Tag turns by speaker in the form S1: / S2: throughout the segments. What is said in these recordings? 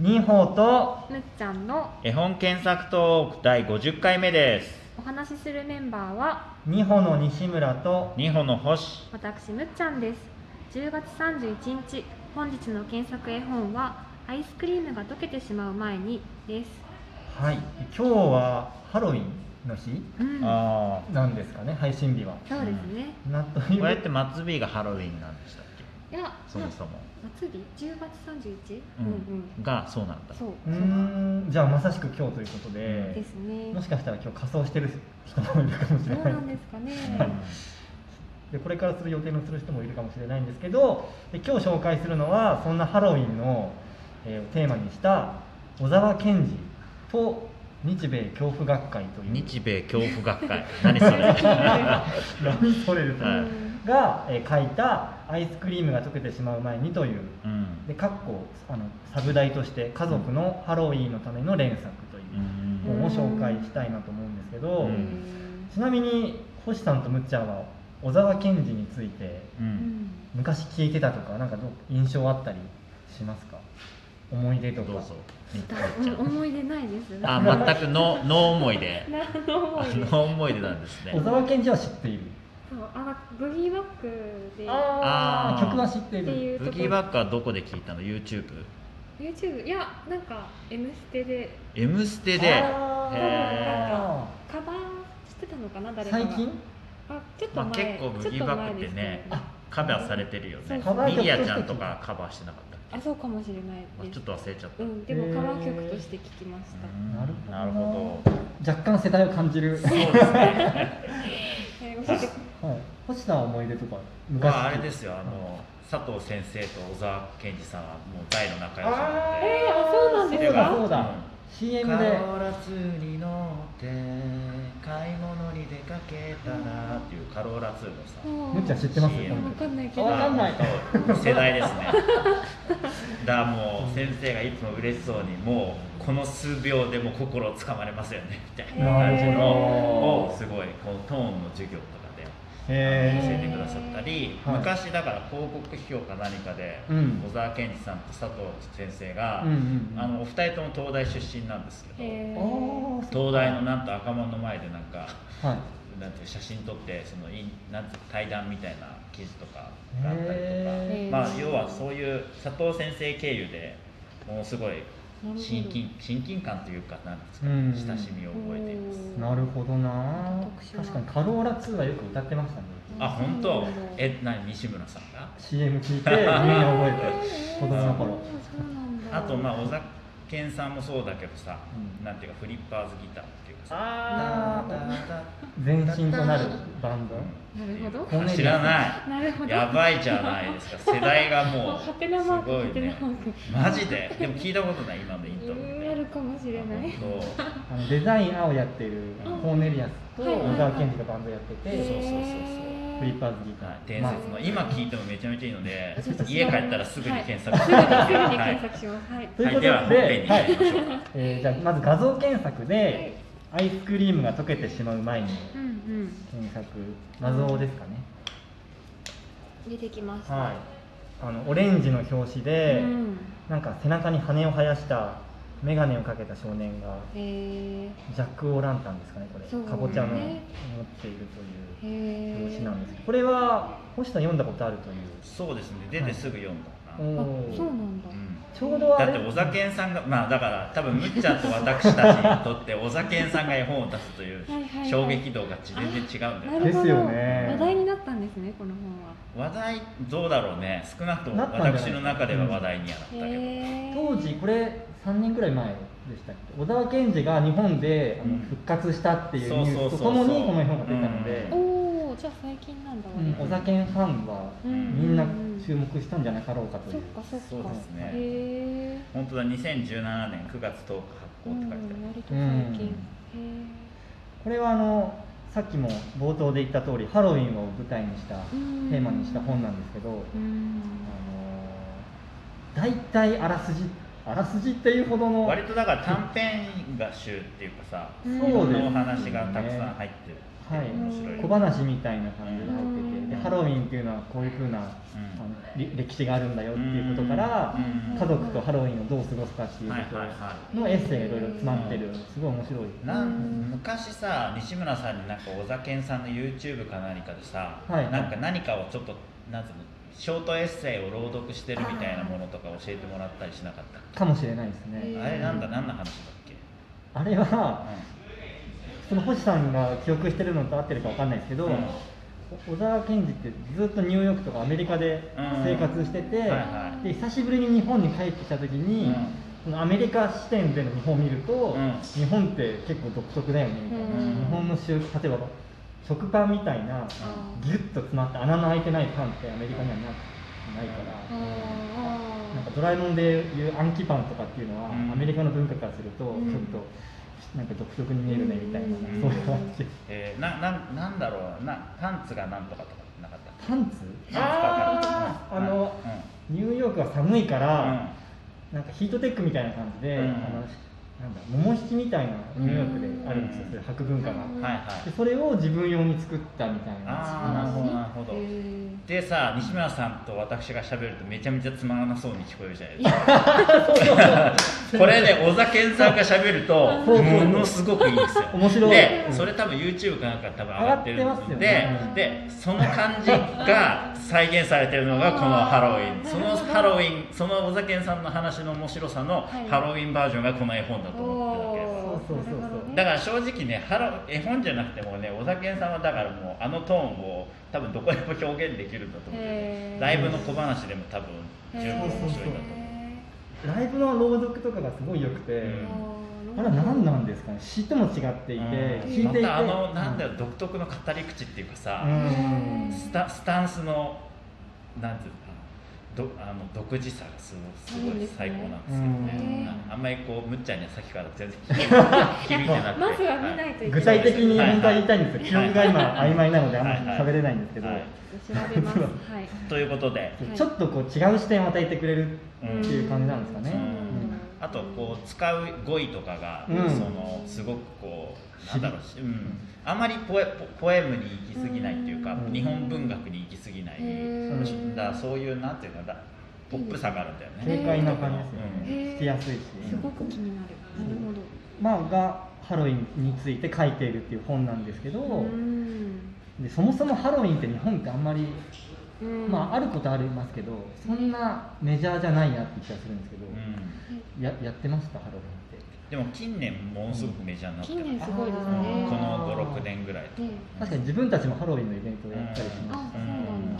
S1: 二歩と
S2: むっちゃんの
S3: 絵本検索トーク第50回目です
S2: お話しするメンバーは
S1: 二歩の西村と
S3: 二歩の星
S2: 私むっちゃんです10月31日本日の検索絵本はアイスクリームが溶けてしまう前にです
S1: はい今日はハロウィンの日
S2: うん
S3: あ
S1: なんですかね配信日は
S2: そうですね
S1: なと
S3: あ
S1: い
S3: これっ
S1: う
S3: て末日がハロウィンなんでしたっけ
S2: いや
S3: そもそも
S2: 夏日10月 31?
S3: うんがそうなんだ
S2: そう
S1: うーん
S2: そ
S1: じゃあまさしく今日ということ
S2: うで
S1: です
S2: ね
S1: もしかしたら今日仮装してる人もいるかもし
S2: ど
S1: れ
S2: う
S1: ない
S2: なんですかね
S1: でこれからする予定のする人もいるかもしれないんですけどで今日紹介するのはそんなハロウィンの、えーテーマにした小沢健二と日米恐怖学会と
S3: う
S1: い
S3: ん
S1: う
S3: 日米恐怖学会何それ
S1: 何それです
S2: う
S1: ね、
S3: はい
S2: ん
S1: が、えー書いた「アイスクリームが溶けてしまう前に」という
S3: うん
S1: で括弧あのサブ題として「家族のハロウィーンのための連作」といううん本を紹介したいなと思うんですけど、
S3: うん
S1: ちなみに星さんとむっちゃんは小沢健二について
S3: う
S2: うんん
S1: 昔聞いてたとかなんかどう印象あったりしますか思い出とか
S3: どうぞ
S2: うん思い出ないです
S3: あ全くのの思いで
S2: 何の思い出
S3: の思い出なんですね
S1: 小沢健二は知っている
S2: そうあブギーバックで
S3: あー
S1: 曲は知ってい
S2: って
S1: る
S2: いうと
S3: ブ
S2: こ
S3: ギーバックはどこで聞いたの YouTube
S2: YouTube いやなんか「M ステ」で
S3: M ステで
S1: あー
S3: へ
S2: ーカバーしてたのかな誰かが
S1: 最近
S2: あちょっと
S3: まあ、
S2: 前、
S3: 結構ブギーバック
S2: ち
S3: ってね
S2: ょっと前です
S3: カバーされてるよね
S2: そうそう
S3: ミリアちゃんとかカバーしてなかったっけ
S2: あそうかもしれない
S3: まあ
S2: です
S3: ちょっと忘れちゃった、
S2: うんでもカバー曲として聴きました、
S3: うん
S1: な
S3: な
S1: る
S3: る
S1: ほ
S3: ほ
S1: ど若干世代を感じる、
S3: どそうですね
S2: えー教えて
S1: はい、星さんは思い出とか
S3: 僕はあれですすよあの佐藤先生と小沢健二さんはもう大の仲良し
S1: あー
S3: なので
S2: えーあそうなんですか
S1: そうだそうだ、
S3: 手
S1: CM
S3: が
S1: で
S3: カロラスに乗って買い物に出かけたらっていうカローラ2のさ
S2: もう
S1: むっちゃん知ってます
S2: いやわかんないけど
S1: わかんない
S3: あ世代ですねだからもう先生がいつも嬉しそうにもうこの数秒でもう心をつかまれますよねみたいな感じ
S2: へー
S3: のをすごいこのトーンの授業とかで
S1: へ
S3: 教え
S1: え
S3: てくださったり、
S1: はい
S3: 昔だから広告費用か何かで、
S1: うん
S3: 小沢健二さんと佐藤先生が、
S1: うんうんうん
S3: あのお二人とも東大出身なんですけど、
S2: えー
S1: あー
S3: 東大のなんと赤門の前でなんか
S1: はい
S3: なんていう写真撮ってそのインなんていう対談みたいな記事とかがあったりとか、
S1: へ
S2: ー
S3: まあ、要はそういう佐藤先生経由でものすごい
S2: なるほど
S3: 親近親近感というかなんですか、
S1: うん
S3: 親しみを覚えています。
S2: おー
S1: なるほどな
S2: 特殊な
S1: 確かにカローラ2はよく歌ってましたね
S3: あ本当
S2: そうなんだ
S3: え何西村さんが
S1: CM 聞い て夢に覚え
S2: えー
S1: て子供の頃
S2: そうなんだ
S3: あとまあ小沢健さんもそうだけどさ、
S1: うん
S3: なんていうかフリッパーズギターっていうかさ
S1: あ
S3: ダーダー
S1: 前身となるバンド
S3: ダー
S2: なるほど
S3: っていう知らな
S2: なるほ
S3: い
S2: ど
S3: やばいじゃないですか世代が
S2: も
S3: も
S2: う
S3: う す
S2: ハテナマーク
S3: ご
S2: ハ
S3: い
S2: テナ
S3: ね
S2: マーク
S3: マジででも聞いたことない今のイントロ
S2: うんあるかもしれない
S3: あ本当
S1: あのデザイン青やってる
S3: うん
S1: コーネリアスと
S2: はいはいはい
S1: 小沢健二がバンドやって
S2: へー
S1: てフリッパーズギタ
S3: はい
S1: ー
S3: 伝説の今聞いてもめちゃめちゃいいので
S2: ちょっと知
S3: 家
S2: ら
S3: 帰
S2: ない
S3: ったらすぐに検索
S2: はい
S3: して
S2: す
S3: く
S2: ぐ
S3: だ
S2: に
S3: さ
S2: すぐに検索し
S3: はい
S2: ますはい
S1: という
S3: は
S1: ことで
S3: いでは本編に行きましょうか
S1: えーじゃあまず画像検索でアイスクリームが溶けてしまう前に
S2: うんうん
S1: 検索画像ですかね
S2: 出てきました
S1: はいあのオレンジの表紙で、
S2: うん
S1: なんか背中に羽を生やした眼鏡をかけた少年が
S2: へ
S1: ジャック・オー・ランタンですかねこ
S2: そう
S1: れ
S2: ね
S1: かぼちゃの持っている
S2: え
S1: という表
S2: へ
S1: 紙
S2: え
S1: なんですけどこれは星さん読んだことあるという
S3: そうですね出てすぐ読んだ
S1: お
S3: な、
S2: あ
S1: ー
S2: そうなんだ
S3: うん
S1: ちょうどあ
S3: だ
S1: れ
S3: って小酒さんがまあだから多分むっちゃんと私たちにとって小酒さんが絵本を出すという
S2: はいはいはい
S3: 衝撃度が全然違うんだよね、
S2: なる
S1: で
S2: ほ
S1: す
S2: ど
S1: よね
S2: 話題になったんですねこの本は
S3: 話題どうだろうね少なくとも
S1: なったんじゃない
S3: 私の中では話題にはなったけど、
S2: へえ
S1: 当時これ3年ぐらい前でしたっけ小沢健二が日本であの
S3: うん
S1: 復活したっていう
S3: そう
S1: ニュ
S3: そう
S1: ー
S3: そ
S1: スと
S3: うそう
S1: ともにこの本が出たので、
S2: おおじゃあ最近なんだわ
S1: うん
S2: ね
S1: 小沢健ファンは
S2: う
S1: み
S2: ん
S1: んな注目したんじゃなかろうかとい
S2: そうっかそっか
S3: そうですね
S2: へえ
S3: 本当だ2017年
S2: う
S3: 9月10日発行って書いてある、
S2: ん割と最近へ
S1: これはあのさっきも冒頭で言った通りハロウィンを舞台にした
S2: えうん
S1: テーマにした本なんですけど、
S2: うん
S1: あのー大体あらすじあらすじっていうほどの
S3: 割とだから短編が集っていうかさ、
S2: うん
S3: いろんなお話がたくさん入ってる、
S1: は
S3: て
S1: はい
S3: 面白い、
S1: 小話みたいな感じで入っててでハロウィンっていうのはこういうふうな、あのり歴史があるんだよっていうことから、
S3: うん
S1: 家族とハロウィンをどう過ごすかっていう
S3: は
S1: こ
S3: いはいはい
S1: とのエッセイがいろいろ詰まってる、すごい面白い
S3: な
S2: うん
S3: 昔さ西村さんになんか小沢健さんの YouTube か何かでさ、
S1: はい
S3: なんか何かをちょっとなんつうのショートエッセイを朗読してるみたいなものとか教えてもらったりしなかったっ
S1: かもしれないですね、
S3: け
S2: へー
S3: あれなんだ何の話だっけ、
S1: あれは
S3: う
S1: その星さんが記憶してるのと合ってるかわかんないですけど、
S3: うん
S1: 小沢健二ってずっとニューヨークとかアメリカで生活してて、
S3: んはいは
S1: で久しぶりに日本に帰ってきた時に、
S3: うん
S1: そのアメリカ視点での日本を見ると、
S3: うん
S1: 日本って結構独特だよねみたいな、
S2: うん
S1: 日本の習例えば食パンみたいな
S2: あー
S1: ギュッと詰まった穴の開いてないパンってアメリカにはなないから、
S2: あ
S1: なんかドラえもんでいう暗記パンとかっていうのは、
S3: うん
S1: アメリカの文化からするとちょっ
S2: うん
S1: となんか独特に見えるねみたいな、
S2: うん
S1: そういう感じ。
S3: えー、ななんなんだろうなパンツがなんとかとかなかった
S1: パンツ
S3: あ
S1: あの、ニューヨークは寒いか
S3: う
S1: ら、
S3: ん
S1: なんかヒートテックみたいな感じで、
S3: うん
S1: あのなんだ桃引きみたいなニューヨークであるんですよ、
S3: うん
S1: そういう博文化が、
S2: うん
S3: はいはい
S1: でそれを自分用に作ったみたい
S3: あー
S1: な
S3: なるほど
S1: 話
S3: なるほど
S2: へー
S3: でさ西村さんと私が喋るとめちゃめちゃつまらなそうに聞こえるじゃないですかこれね小沢健さんが喋ると
S1: そうそう
S3: ものすごくいいんですよ
S1: 面白い
S3: で
S1: うん
S3: それ多分 YouTube かなんか多分上がってる
S1: 上がってます
S3: ん
S1: よ
S3: で、
S1: ね
S3: でその感じが再現されてるのがこのハロウィンそのハロウィンその小沢健さんの話の面白さ
S2: は
S3: の
S2: い
S3: ハロウィンバージョンがこの絵本だと思っていただければ
S2: おー
S1: そうそうそうそう
S2: なるほどね
S3: だから正直ねハロ絵本じゃなくてもね小田健さんはだからもうあのトーンを多分どこでも表現できるんだと思うんだよ
S2: へ
S3: ね
S2: ー
S3: ライブの小話でも多分十分面白いんだと思
S1: ライブの朗読とかがすごい良くて、
S3: うん
S1: あれは何なんですかね詩とも違っていて、
S3: う
S1: 聞いていて、
S3: またあのなんだろう独特の語り口っていうか
S1: う
S3: さ、
S1: ん
S3: スタスタンスのなんていうのかなどあの独自さがすごいすごい最高なんですよ
S1: うん
S3: ね
S2: う
S3: ああんまりこうむっちゃんにはさっきから 全然響いてなくて
S2: まずは見ないといけない
S1: 具体的に
S3: はい
S1: 本当は言いたいんですよ、
S3: は
S1: 記
S3: い
S1: 憶が今曖昧なのであんまり
S3: はいはい
S1: 喋れないんですけど、
S3: はい
S2: 調べますはい
S3: ということで
S2: はい
S1: ちょっとこう違う視点を与えてくれる
S3: うん
S1: っていう感じなんですかね、
S3: うん
S1: うん
S3: あとこう使う語彙とかが、
S1: うん
S3: そのすごくこうなんだろうし、うん、あまりポエポポエムに行き過ぎないっていうか、
S1: うん
S3: 日本文学に行き過ぎない、
S2: うん
S3: だからそういうなんていうかだポップさがあるんだよね。
S1: 正解な感じですよ
S2: へ
S1: ね、
S2: ー
S1: 聞きやすいし、
S2: すごく気になるなるほど
S1: まあ、がハロウィンについて書いているっていう本なんですけど、
S2: うん
S1: でそもそもハロウィンって日本ってあんまり、
S2: うん
S1: まあ、あることありますけどそんなメジャーじゃないなって気がするんですけど、
S3: うん
S1: ややってましたハロウィンって
S3: でも近年ものすごくメジャーになって
S2: 近年
S3: る、
S2: すごいです
S1: あ
S2: ね
S1: ー
S3: この五六年ぐらいと、
S2: ね
S1: 確かに自分たちもハロウィンのイベントをやったりしま
S2: あ
S1: し
S2: そうなん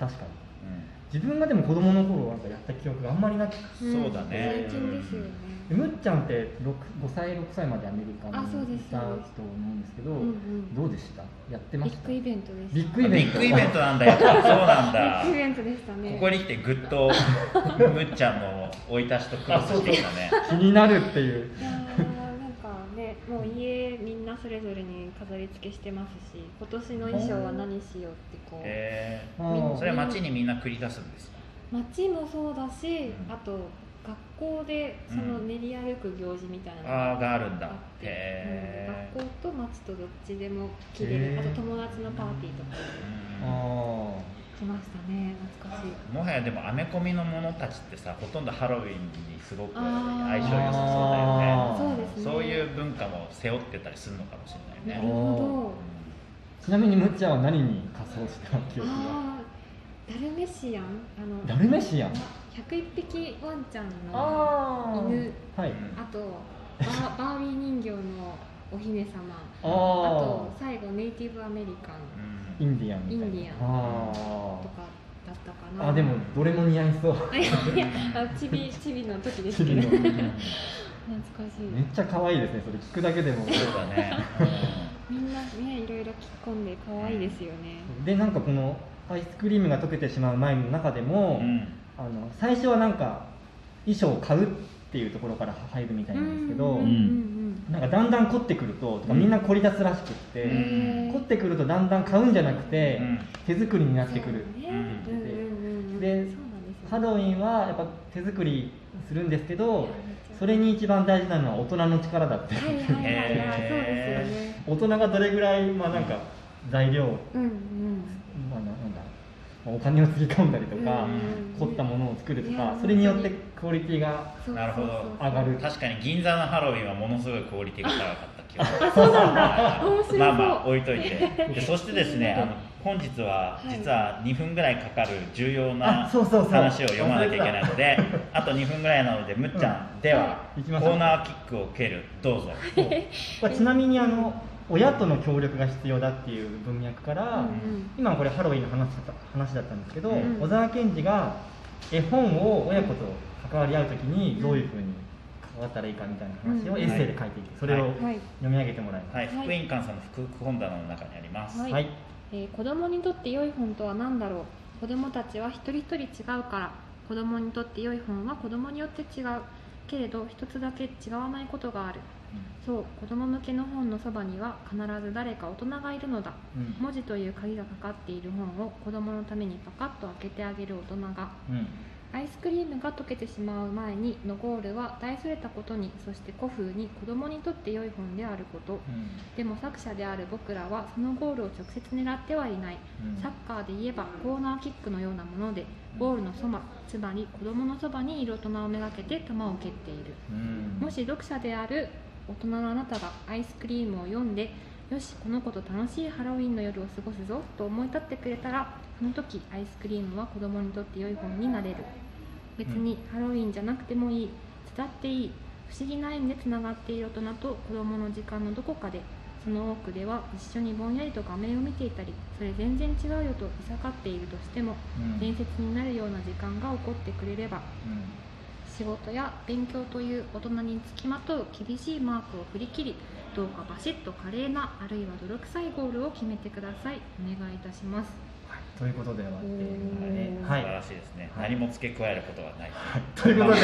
S2: だ
S1: た、
S2: へ
S1: 確かに
S3: う
S1: 自分がでも子供の頃はなんかやった記憶があんまりなくて
S2: ー
S3: そうだね
S2: 最近ですよね
S1: でむっちゃんって6 5歳6歳までアメリカ
S2: あそう
S1: に
S2: で
S1: い
S2: す
S1: たと思うんですけど
S2: うんうん
S1: どうでしたやってま
S2: ビ
S1: し
S2: ッ
S1: た
S2: グイベントです
S1: ビッグ
S3: ん、
S1: イベ
S3: ビ
S1: ン
S3: ッ
S1: ト
S3: グイベントなんだよそうなんだ
S2: ビッグイベントでしたね
S3: ここに来てぐっとむっちゃんの生い立ちとクロスしてきたね
S1: 気になるっていう
S2: いやーなんかね、もう家みんなそれぞれに飾り付けしてますし今年の衣装は何しようってこう、
S3: へ
S1: あ
S3: ー
S1: ー
S3: それは街にみんな繰り出すんですよ
S2: 街もそうだし
S3: うん
S2: あと学校でその練り歩く行事みたいなの
S3: ああがあるんだ
S2: あって、
S3: へ
S2: うん学校と街とどっちでも着れ
S1: へ
S2: る
S1: ー
S2: あと友達のパーティーとか
S3: え
S1: あ
S2: 来ましたね懐かしい
S3: もはやでもアメコミの者たちってさほとんどハロウィンにすごく
S2: あー
S3: 相性良さ
S2: そうです
S3: そう
S2: ね
S3: だよねそういう文化も背負ってたりするのかもしれ
S2: な
S3: ない
S2: る
S3: ね
S2: ほ
S1: ーちなみにむっちゃんは何に仮装した記
S2: ど
S1: 憶が
S2: ああダルメシアンあの
S1: ダルメシアン
S2: 101匹ワンちゃんの
S1: あー
S2: 犬
S1: はい
S2: あとバーバービー人形のお姫様
S1: あ
S2: あ
S1: ー
S2: と最後ネイティブアメリカン
S1: インディアンみたいな
S2: インディアン
S1: あ
S2: とかだったか
S1: ー
S2: な
S1: あ でもどれも似合いそう
S2: いやいやあちびちびの時です
S1: チ
S2: け
S1: ビ
S2: ど
S1: の
S2: 懐
S1: め
S2: か
S1: っ
S2: しい
S1: ちゃ可愛いですねそれ聞くだけでも
S3: うんそうだね
S2: みんなねいろいろ着込んで可愛いですよね
S1: でなんかこのアイスクリームが溶けてしまう前の中で
S3: う
S1: も、
S3: んうん
S1: あの最初はなんか衣装を買うっていうところから入るみたいなんですけど、
S2: うんうん
S1: なんかだんだん凝ってくるととか
S3: うん
S1: みんな凝り出すらしくっ
S2: うん
S1: て、
S2: へー
S1: 凝ってくるとだんだん買うんじゃなくて、
S3: うん
S1: 手作りになってくる、
S2: そうね
S3: うん
S2: うんうんうん
S1: で
S2: そうなんですよね
S1: ハロウィンはやっぱ手作りするんですけどそれに一番大事なのは大人の力だって、
S2: はいはいはいはい、そうですよね。
S1: 大人がどれぐらいまあなんか材料、
S2: うんうん。
S1: まあ、なんだまあお金をつぎ込んだりとか、
S3: うん
S1: 凝ったものを作ると
S2: いや
S1: か
S2: ー
S1: それによってクオリティが
S2: そうそうそう
S3: なるほど
S1: 上がる
S3: 確かに銀座のハロウィンはものすごいクオリティが高かった気がする
S2: あ、そうなんだ。面白そう。
S3: まあまあ置いとい てでそしてですねあの本日は実は2分ぐらいかかる重要な
S1: あそうそうそう
S3: 話を読まなきゃいけないのであと2分ぐらいなのでむっちゃんでは
S1: 行き
S3: コ
S1: ましょう
S3: ーナーキックを蹴るどうぞ
S1: これちなみにあの親との協力が必要だっていう文脈から、
S2: うんうん
S1: 今これハロウィンの話だった話だったんですけど、
S3: うん
S1: 小沢健二が絵本を親子と関わり合う時にどういうふうに関わったらいいかみたいな話を
S2: うん
S1: エッセイで書いていて、それを
S2: はい
S1: 読み上げてもらいます。
S3: はい
S2: はい
S3: 福音館さんの福福本棚の中にあります
S2: は
S3: はいい
S1: はい
S2: えー子供にとって良い本とは何だろう子供たちは一人一人違うから子供にとって良い本は子供によって違うけれど一つだけ違わないことがあるそう子供向けの本のそばには必ず誰か大人がいるのだ
S1: うん
S2: 文字という鍵がかかっている本を子供のためにパカッと開けてあげる大人が
S1: うん
S2: アイスクリームが溶けてしまう前にのゴールは大それたことにそして古風に子供にとって良い本であることでも作者である僕らはそのゴールを直接狙ってはいない
S1: うん
S2: サッカーで言えばコーナーキックのようなものでゴールのそばつまり子どものそばにいる大人をめがけて球を蹴っている
S1: うん
S2: もし読者である大人のあなたがアイスクリームを読んでよしこの子と楽しいハロウィンの夜を過ごすぞと思い立ってくれたらその時アイスクリームは子どもにとって良い本になれる別にハロウィンじゃなくてもいい伝っていい不思議な縁でつながっている大人と子どもの時間のどこかでその多くでは一緒にぼんやりと画面を見ていたりそれ全然違うよといさかっているとしても
S1: うん
S2: 伝説になるような時間が起こってくれれば仕事や勉強という大人につきまとう厳しいマークを振り切りどうかバシッと華麗なあるいは泥臭いゴールを決めてくださいお願いいたします
S1: ということで終わっているので、
S2: うん
S1: は
S3: 素
S1: い
S3: 晴らしいですね
S1: はい
S3: 何も付け加えることはない
S1: ということで、